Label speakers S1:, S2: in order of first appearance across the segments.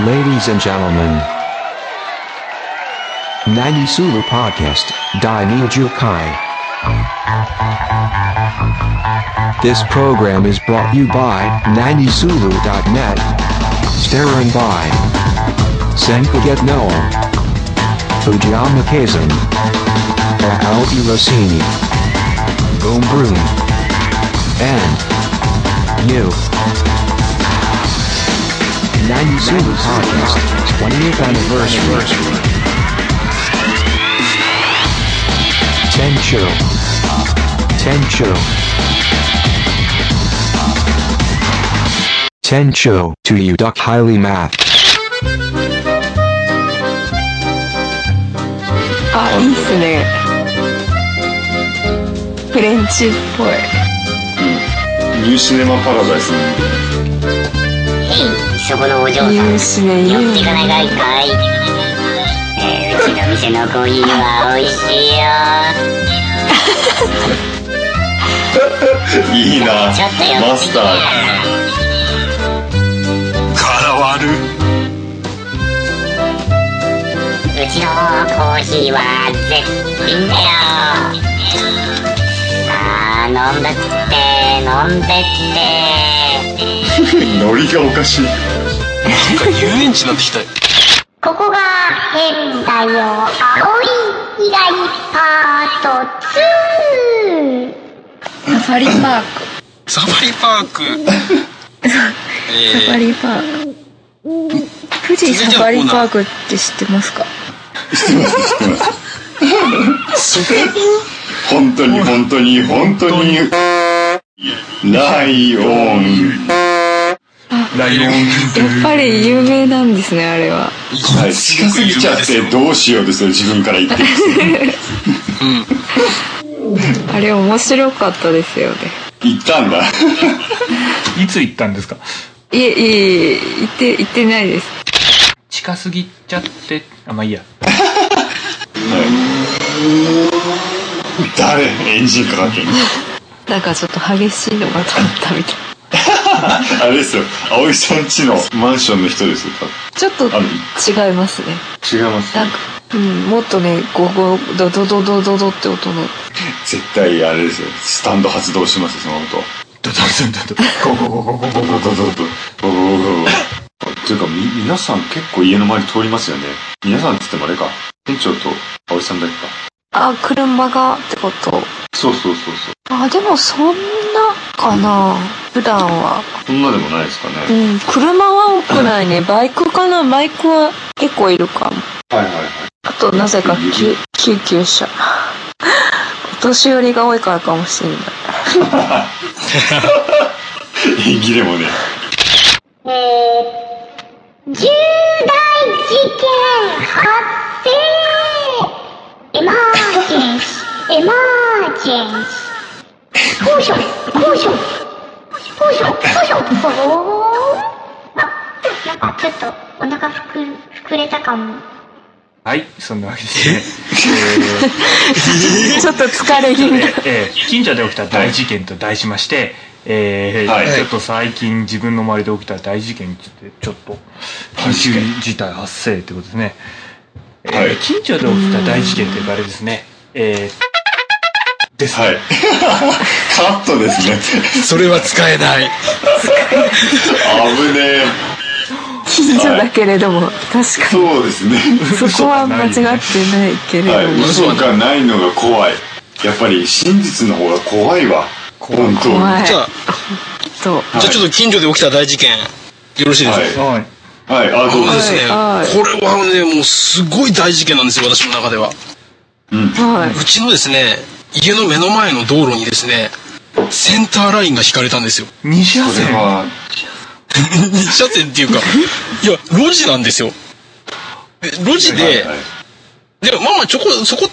S1: Ladies and gentlemen, Nani Sulu Podcast, Daini Jukai. This program is brought you by NaniSulu.net. Starring by Senkaget Noah, Fujiyama Kazan, Aoki Rossini, Boom Broom, and you. Nani Sulu Podcast, 20th anniversary. 10 show. 10 show. 10 show to you duck highly math.
S2: あ、いいっすね。フレンチっぽい。
S3: ニューシネマパラダイスに
S4: へい、そこのお嬢さん、
S2: いい
S4: 寄
S2: で
S4: っ
S2: すね。いい
S4: てかないかいかい。えーうちの店のコーヒーは美味しいよ。
S3: いいな
S4: ちょっと寄
S3: マ
S4: って
S3: ス
S4: き
S3: タ
S4: て
S3: ーからわる
S4: うちのコーヒーは絶品だよ。あー、飲んでって、飲んでって。
S3: ノリがおかしい
S5: 遊園地になってきたよ
S4: ここが変だよ。青い以外パート2。
S2: サファリパーク。
S5: サファリパーク
S2: サファ
S5: えー、
S2: リパーク。富士サファリパークって知ってますか
S3: 本当に本当に本当にライオンライオン
S2: やっぱり有名なんですね、あれは。
S3: はい近すぎちゃってどうしようですよ自分から言って
S2: あれ面白かったですよね。
S3: 行ったんだ
S6: いつ行ったんですか
S2: いえ、いえいえ、行って、行ってないです。
S6: 近すぎちゃって、あ、まあいいや。
S3: 誰エンジンかかってんの
S2: なんかちょっと激しいのが通ったみたい。
S3: あれですよ葵さんちのマンションの人ですよ
S2: ちょっと違いますね。
S3: 違います
S2: なんか、うん、もっとね、ゴゴ、ドドドドドドって音の。
S3: 絶対あれですよスタンド発動しますよその音
S6: ドドドドド
S3: どうぞどうぞどうぞどうぞどうぞていうかみ皆さん結構家の周り通りますよね皆さんっつってもあれか店長と葵さんだけか
S2: あ、車がってこと。
S3: そうそうそうそう
S2: あ、でもそんなかな。普段は。
S3: そんなでもないですかね
S2: うん、車は多くないね。バイクかなバイクは結構いるかも。
S3: はいはいはい
S2: あと、なぜか救救急車。お年寄りが多いからかもしれない。
S3: 演技でもね
S4: えー、重大事件発生エマージェンス、エマージェンス。高所、高所、高所、高所、ほーあ、なんかちょっとお腹ふく、膨れたかも。
S6: はい、そんなわけですね。
S2: ちょっと疲れ気味な。
S6: えー近所で起きた大事件と題しまして、えー
S3: はい
S6: ちょっと最近自分の周りで起きた大事件について、ちょっと、緊急事態発生ってことですね。えー
S3: はい
S6: 近所で起きた大事件というかあれですね。えーです。
S3: はいカットですね
S5: それは使えない
S3: 危ねえ
S2: 近所だけれども、確か
S3: そうですね
S2: に。そこは間違ってないけれども。
S3: はい嘘がないのが怖いやっぱり真実の方が怖いわ本当に
S2: 怖い。
S5: じゃあ
S2: と。
S5: じゃあちょっと近所で起きた大事件よろしいですか、
S3: はい
S6: はい。
S3: はいあどう
S5: そうですね、
S2: はい
S5: これはねもうすごい大事件なんですよ私の中では
S2: は
S5: うちのですね家の目の前の道路にですねセンターラインが引かれたんですよ
S6: 西
S3: ぞそれ
S6: 線
S3: は
S5: 二車線っていうかいや路地なんですよえ路地で、
S3: はいはい
S5: でもまあまあちょこそこ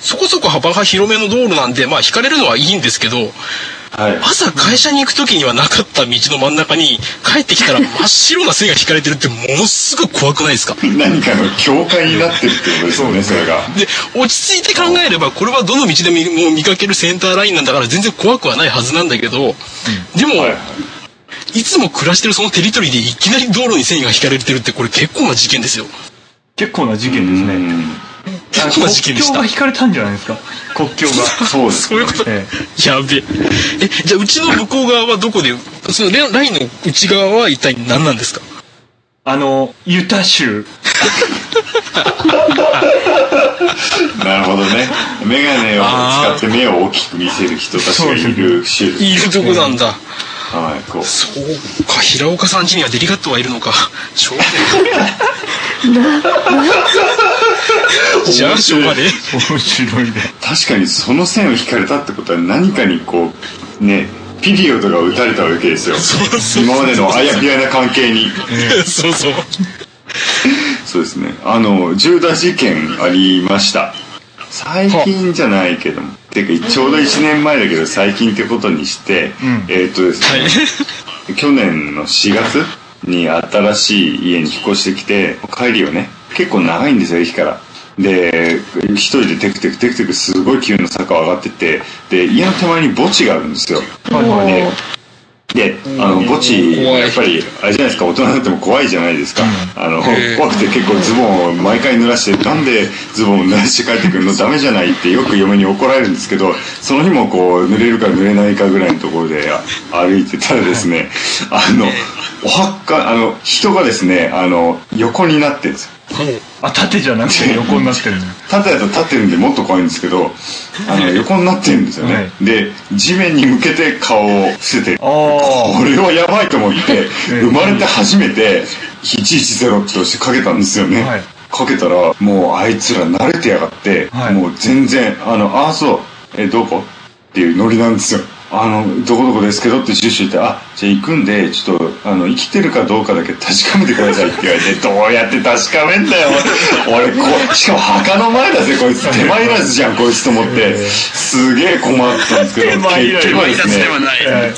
S5: そこそこ幅が広めの道路なんでまあ引かれるのはいいんですけど
S3: はい
S5: 朝会社に行く時にはなかった道の真ん中に帰ってきたら真っ白な線が引かれてるってものすごく怖くないですか
S3: 何かの境界になってるってことですよね、それが。
S5: で落ち着いて考えればこれはどの道で見もう見かけるセンターラインなんだから全然怖くはないはずなんだけどでも、
S3: はいはい
S5: いつも暮らしてるそのテリトリーでいきなり道路に繊維が引かれてるって、これ結構な事件ですよ。
S6: 結構な事件ですね。
S5: 結構な事件でし
S6: 国境
S5: た
S6: が。引かれたんじゃないですか。国境が。
S3: そうです
S5: そういうこと。
S6: え
S5: やべえ。え、じゃあ、うちの向こう側はどこで、そのレラインの内側は一体何なんですか
S6: あの、ユタ州。
S3: なるほどね。メガネを使って目を大きく見せる人たちがいる種類。
S5: いるとこなんだ。
S3: はい、こう。
S5: そうか、平岡さん家にはデリカットはいるのか。しょうがねえ。じゃあ、しょうがねえ。
S6: 面白いね。
S3: 確かにその線を引かれたってことは何かにこう、ね、ピリオドが打たれたわけですよ。
S5: そうそう
S3: 今までのあやふやな関係に。
S5: そうそう。
S3: そうですね。あの、重大事件ありました。最近じゃないけども。ていうか、ちょうど1年前だけど、最近ってことにして、
S6: ん
S3: えーっとです
S5: は
S3: ね、去年の4月に新しい家に引っ越してきて、帰りをね、結構長いんですよ、駅から。で、一人でテクテクテクテクすごい急な坂を上がってって、で、家の手前に墓地があるんですよ。でで、あの、墓地、
S5: 怖い
S3: やっぱり、あれじゃないですか、大人になっても怖いじゃないですか。あの
S5: へえ、
S3: 怖くて結構ズボンを毎回濡らして、なんでズボンを濡らして帰ってくるのダメじゃないってよく嫁に怒られるんですけど、その日もこう、濡れるか濡れないかぐらいのところであ歩いてたらですね、あの、お墓、あの、人がですね、あの、横になってるんですよ。
S6: あ、縦じゃなくて横になってるの。
S3: 縦だと立ってるんでもっと怖いんですけど、あの、横になってるんですよね。
S6: はい
S3: で、地面に向けて顔を伏せてる。
S6: あ
S3: 俺はやばいと思って、
S6: ええ
S3: 生まれて初めて、110って押してかけたんですよね。
S6: はい
S3: かけたら、もうあいつら慣れてやがって、
S6: はい
S3: もう全然、あの、ああ、そう、え、どこっていうノリなんですよ。あの、どこどこですけどってシュッシュ言って、あ、じゃあ行くんで、ちょっと、あの、生きてるかどうかだけ確かめてくださいって言われ て、どうやって確かめんだよ、俺、こしかも墓の前だぜ、こい つ。手前なんじゃん、こいつと思って、すげえ困ったんですけど、
S6: 手前なん
S3: 結局はですね、
S5: ない
S6: あ。はい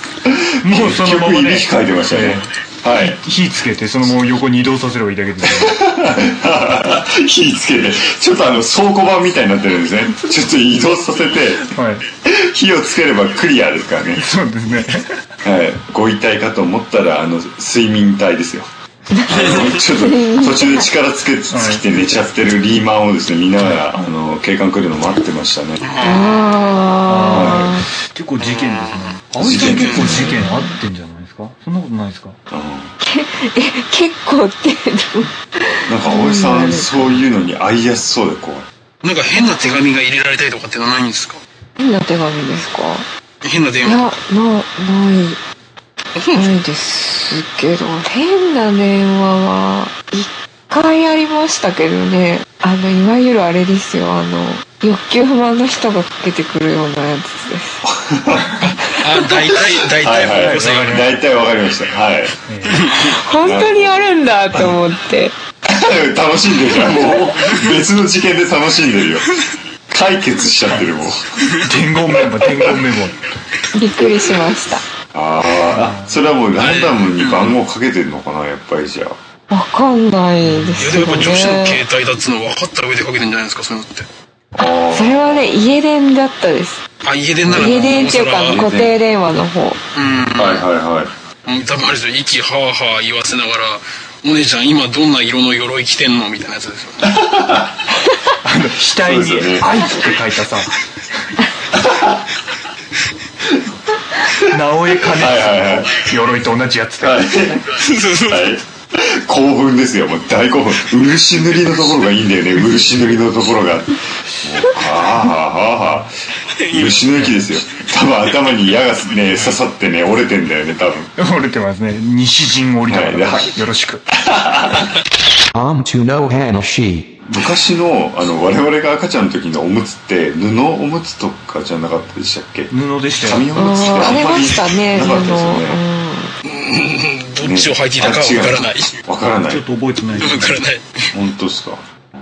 S6: もうそのま
S3: 結
S6: ま
S3: 局い
S6: ね
S3: びき。かいてましたね、はい
S6: 火つけて、そのまま横に移動させればいいだけですよ。
S3: 火つけてちょっとあの倉庫版みたいになってるんですねちょっと移動させて
S6: はい。
S3: 火をつければクリアですからね
S6: そうですね。
S3: はいご遺体かと思ったらあの睡眠体ですよあのちょっと途中で力つけつきて寝ちゃってるリーマンをですね見ながらあの警官来るの待ってましたね
S2: あー
S6: 結構事件ですね。あおい
S3: 事
S6: さ
S3: 件
S6: ん結構事件あってんじゃないですかそんなことないですか
S2: 結構って、でも
S3: なんか大江さんそういうのに合いやすそうで怖い
S5: なんか変な手紙が入れられたりとかってないんですか
S2: 変な手紙ですか
S5: 変な電
S2: いや、
S5: 話。
S2: な、ない、ないですけど、変な電話は、一回ありましたけどね、あの、いわゆるあれですよ、あの、欲求不満の人がかけてくるようなやつです。
S5: あ、大体、大
S3: はいはいはい
S5: 体方向性がある。
S3: 大体わかりましたはい
S2: 本当にあるんだと思って。
S3: 楽しんでるじゃんもう別の事件で楽しんでるよ解決しちゃってるもう
S6: 伝言メモ、伝言メモ。
S2: びっくりしました。
S3: ああそれはもうランダムに番号かけてんのかなやっぱりじゃあ
S2: わかんないで
S5: いや、
S2: す
S5: で
S2: よ
S5: もやっぱ女子の
S2: ね。
S5: 携帯だっつうのは分かった上でかけてんじゃないですか、そういうのって。
S3: あ
S2: それはね、家電だったです。
S5: あ、家電なら。
S2: 家電っていうか、あ
S5: なお
S2: の
S5: さ
S2: 固定電話の方。
S3: あはいはいはい
S5: らうん、多分あれですよ、息はあはあ言わせながら、お姉ちゃん今どんな色の鎧着てんのみたいなやつですよ。
S6: あの、額に
S3: そうですよね
S6: 「愛」って書いたさ。
S3: はいはい
S6: 直江兼
S3: はい
S6: 人の鎧と同じやつだよ
S3: はいはい興奮ですよもう大興奮漆塗りのところがいいんだよね漆塗りのところがもうああはあはあ漆の息ですよ多分頭に矢がね刺さってね折れてんだよね多分
S6: 折れてますね西陣織だから、
S3: はいはい
S6: よろしく
S1: Tom to no Hanashi.
S3: 昔のあの我々が赤ちゃんの時のおむつって布おむつとかじゃなかったでしたっけ
S6: 布でしたよ
S3: 紙お
S2: うん
S3: むつってあ
S2: あ
S3: ん
S2: り
S3: ま
S2: ました
S3: り
S2: ね、
S3: な
S2: あ
S3: かったですよ
S2: の、
S3: ね
S2: うん
S5: どっちを履いていたかは分からない。
S3: わからない
S6: ちょっと覚えてないです
S5: 分からない。
S3: 本当ですか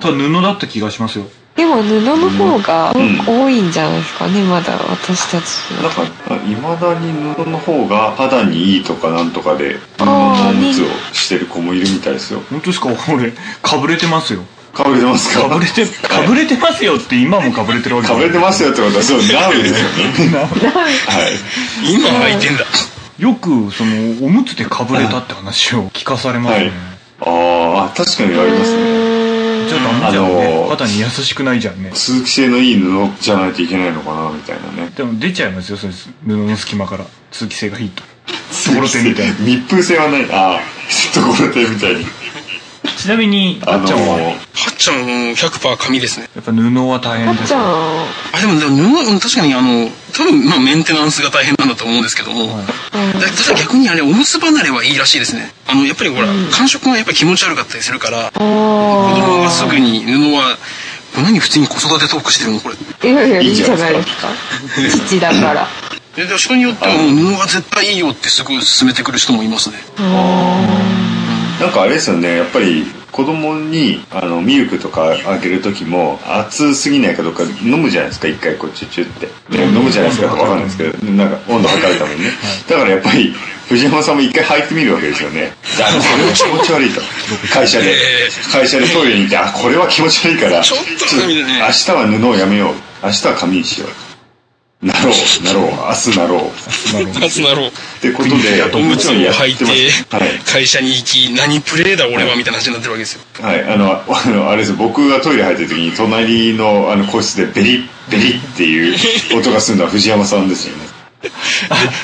S6: ただ布だった気がしますよ
S2: でも布の方が
S3: ん
S2: 多いんじゃないですかね、まだ私たち
S3: なんかいまだに布の方が肌にいいとかなんとかで布の
S2: あー
S3: おむつをしてる子もいるみたいですよ
S6: 本当ですか俺かぶれてますよ
S3: かぶれてますか
S6: かぶれてかぶれてますよって今もかぶれてるわけ
S3: かぶれてますよってことはそうなるですよねはい
S5: 今履いてんだ。
S6: よくそのおむつでかぶれたって話を 聞かされますね、
S3: はいああ、確かに言われますね。
S6: じゃあダメじゃんね、
S3: あのー
S6: 肌に優しくないじゃんね
S3: 通気性のいい布じゃないといけないのかな、みたいなね。
S6: でも出ちゃいますよそれ布の隙間から通気性がいいとところてんみた いな
S3: 密封性はない。ああ、ところてんみたいに。
S6: ちなみに
S3: あ
S6: あ
S3: の
S6: っちゃんはや
S3: ー
S6: っ、
S5: はっちゃんも100%紙ですね。
S6: ぱ布は大
S2: あ
S6: 変で
S2: っ
S6: す
S2: ちゃん
S6: か
S5: あ、でも、でも布、うん確かにあの、多分、まあメンテナンスが大変なんだと思うんですけども、
S6: はい
S5: だ確かに逆にあれ、おむつ離れはいいらしいですね。あの、やっぱりほら、感触がやっぱり気持ち悪かったりするから、子供が
S2: あ
S5: すぐに布は、これ何普通に子育てトークしてるのこれ。
S2: あいやいやいいじゃないですか父だから
S5: で、でも人によってはもう布は絶対いいよってすごい勧めてくる人もいますね。
S3: なんかあれですよね、やっぱり子供にあのミルクとかあげる時も熱すぎないかどうか飲むじゃないですか、一回こうチュチュって。ね飲むじゃないですかわかんないですけど、なんか温度測るためにね。だからやっぱり藤山さんも一回履いてみるわけですよね。あ、これは気持ち悪いと。会社で、会社でトイレに行って、あ、これは気持ち悪いから、
S5: ちょっと
S3: ちょっと
S5: み
S3: 明
S5: たいなね
S3: 日は布をやめよう。明日は紙にしよう。なろう、なろう、明日なろう。
S5: 夏なろう。
S3: ってことで、
S5: おむつを
S3: やっ
S5: 履い
S3: てま
S5: て
S3: す。はい、
S5: 会社に行き、何プレーだ俺はみたいな話になってるわけですよ。
S3: はい、あの、あの、あれです、僕がトイレ入ってる時に、隣の、あの、個室で、ベリッ、ベリッっていう音がするのは藤山さん ですよね。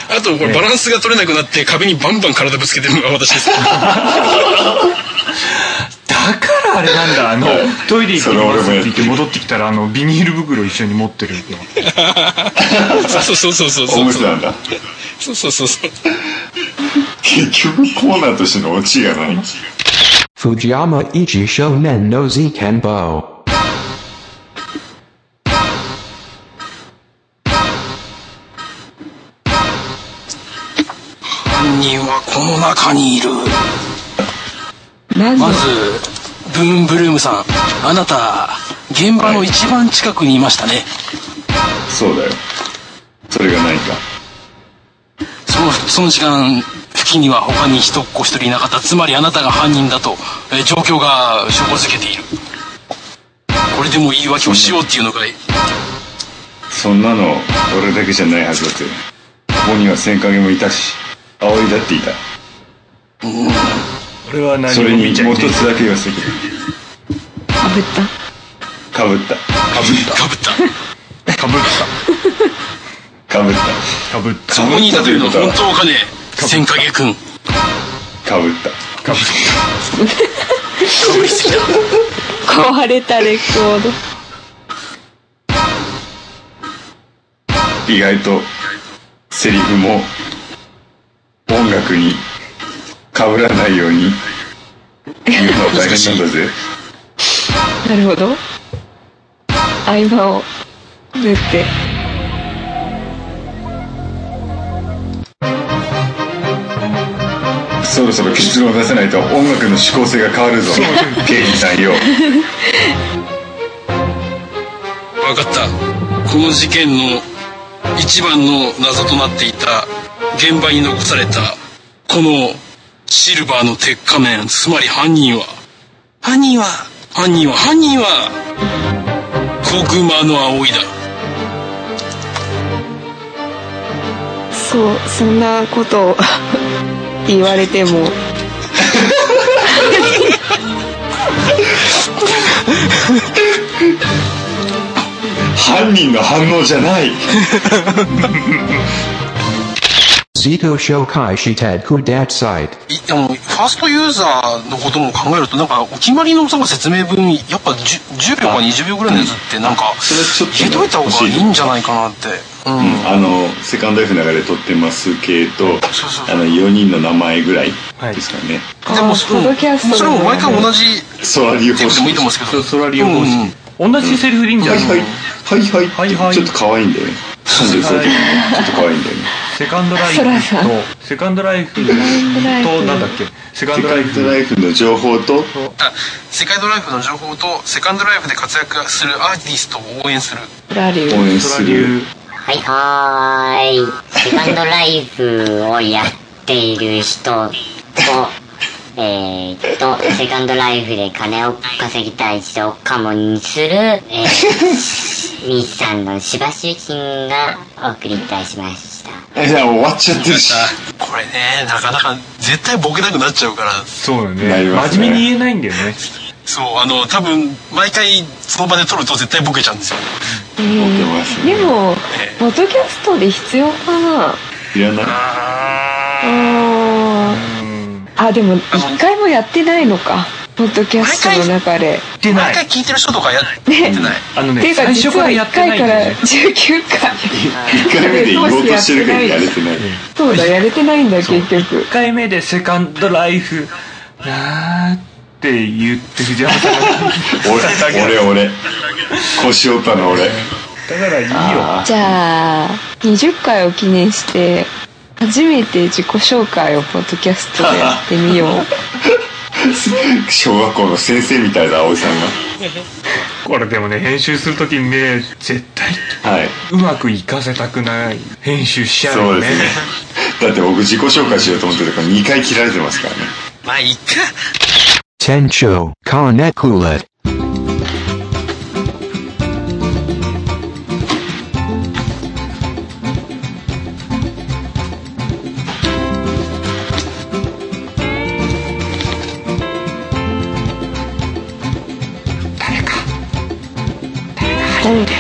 S5: あと、これバランスが取れなくなって壁にバンバン体ぶつけてるのが私です。
S6: だからあれなんだあのトイレ行ってきますって言って戻ってきたらあのビニール袋一緒に持っ てるの
S5: そうそうそうそう
S3: お
S5: そう
S3: むつ。なんだ。
S5: そうそうそうそう。
S3: 結局、コーナーとしてのオチがない。
S1: Fujiyama Ichi Shonen no Zikenbo.
S5: 犯人はこの中にいる。
S2: なぜ
S5: まず、ブーンブルームさん。あなた、現場の一番近くにいましたね。
S3: そうだよ。それがないか。
S5: その、その時間、付近には他に人っ子一人いなかった。つまりあなたが犯人だと、えー状況が証拠づけている。これでも言い訳をしようっていうのかい
S3: そんなの、俺だけじゃないはずだって。ここには千影もいたし、葵だっていた。
S6: 俺は何
S3: そ
S6: も
S3: れに、もう
S6: 見
S3: 一
S6: ちゃいけない
S3: つだけ言わせてくれ。
S2: かぶった
S3: かぶった。かぶっ
S5: かぶった。
S6: かぶった
S3: た。かぶっ
S6: かぶった
S5: そこにいたというのは本当かね千景くん。
S3: た。かぶった。
S6: かぶっ
S2: 壊れたレコード
S3: 意外とセリフも音楽に被らないように言うのは大変なんだぜ
S2: なるほど合間を縫って
S3: そろそろ結論を出せないと音楽の指向性が変わるぞケイジさんよ
S5: わかったこの事件の一番の謎となっていた現場に残されたこのシルバーの鉄仮面つまり犯人は犯人は犯人は犯人は小熊の葵だ
S2: そうそんなことを言われても
S3: 犯人の反応じゃない
S1: Zito Shokai Shited Kudatsite.
S5: いでもファーストユーザーのことも考えるとなんかお決まりのその説明文やっぱ 10, 秒か20秒ぐらいのやつってなんか
S3: それちょっと
S5: 入れといた方がいいんじゃないかなって、うん
S3: あのセカンド F の中で撮ってます系と
S5: そうそう
S3: あの4人の名前ぐらいですかね、
S5: でもそ,、
S2: ポッドキャスト
S5: う
S2: の
S5: ん、それも毎回同じ
S3: ソラリオ方
S5: テクで
S3: 式
S5: もいいと思うんですけど
S6: たソラリオ方
S5: うんうん
S6: 式同じセリフでいいんじゃ
S3: はい
S6: ない
S3: はいはい
S6: は
S3: はいい
S6: は
S3: はいいちょっと可愛いんだよね33歳ちょっと可愛いんだよね
S6: セカンドライフとセカンドライフとなんだっけセカン
S3: セ
S6: ドラ
S3: カ
S6: イ
S3: ンド
S6: フ
S3: ライフの情報と
S5: あセカンドライフの情報とセカンドライフで活躍するアーティストを応援する
S2: ラリュ
S3: 応
S2: ー
S3: 援
S6: ソ
S3: す
S6: ラリ
S3: る
S6: オ
S7: はいはーい。セカンドライフをやっている人と、えー、っと、セカンドライフで金を稼ぎたい人をカモにする、えー、西さんのしばしゅうちんがお送りいたしました。
S3: えじゃあ終わっちゃってるし
S5: これねなかなか絶対ボケなくなっちゃうから
S6: そうだ
S3: な
S6: ね
S3: りますね
S6: 真面目に言えないんだよね
S5: そうあの多分毎回その場で撮ると絶対ボケちゃうんですよね
S2: え
S3: ってます
S2: ー、
S3: ね
S2: でも
S5: ええ
S2: ポッドキャストで必要かない
S3: ら ない
S2: あ
S6: う
S2: ー
S6: ん
S2: あでも一回もやってないのかポッドキャストの中で
S6: 出な
S5: 毎
S6: い
S5: 回聞いてる人とかやってない、
S2: ね
S6: あの
S2: ってい
S6: ね
S2: うか
S6: 最
S2: 実
S6: 初か
S2: は
S6: らやっ
S2: 1
S6: てな
S2: 回
S6: いん
S2: か
S6: だよ
S2: ら
S6: ね
S2: 19回
S3: 1回目で言おうとしてるけどやれてない
S2: そうだやれてないんだ結局
S6: 1回目でセカンドライフなーって言って藤山さんが
S3: 俺俺俺腰折ったの俺
S6: だからいいよ
S2: じゃあ20回を記念して初めて自己紹介をポッドキャストでやってみよう
S3: 小学校の先生みたいだ葵さん
S6: これでもね編集する時にね絶対
S3: がはいう
S6: まくいかせたくない編集しちゃう
S3: そう
S6: よ
S3: で
S6: ね
S3: すねだって僕自己紹介しようと思ってたから2回切られてますからね
S5: まあいいか
S1: Tencho Kanekulet.
S2: 誰か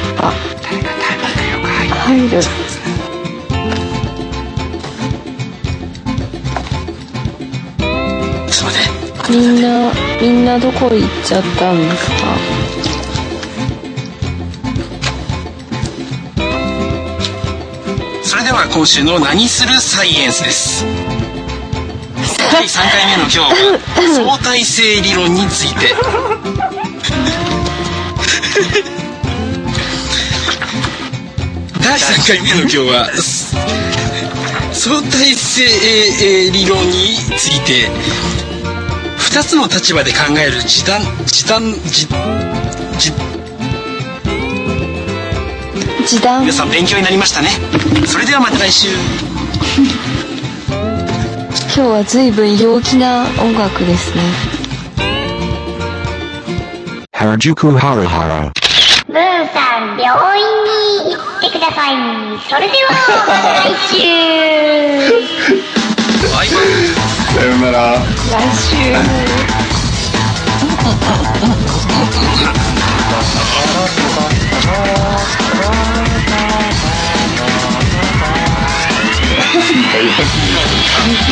S2: 入る
S5: すいません
S2: みんなみんなどこ行っちゃったんですか
S5: それでは今週の「何するサイエンス」です第3回目の今日は相対性理論について第3回目の今日は相対性理論について2つの立場で考える時短時短時時
S2: 時短
S5: 皆さん勉強になりましたねそれではまた来週
S2: 今日は随分陽気な音楽ですね
S1: Harajuku Harahara.
S4: ブーさん、病院に行ってください。それでは、また来週。
S5: バイバイ
S3: さようなら
S2: 来 週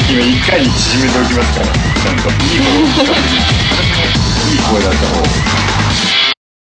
S3: 今1回に縮めておきますからちゃんといい方いい声だった方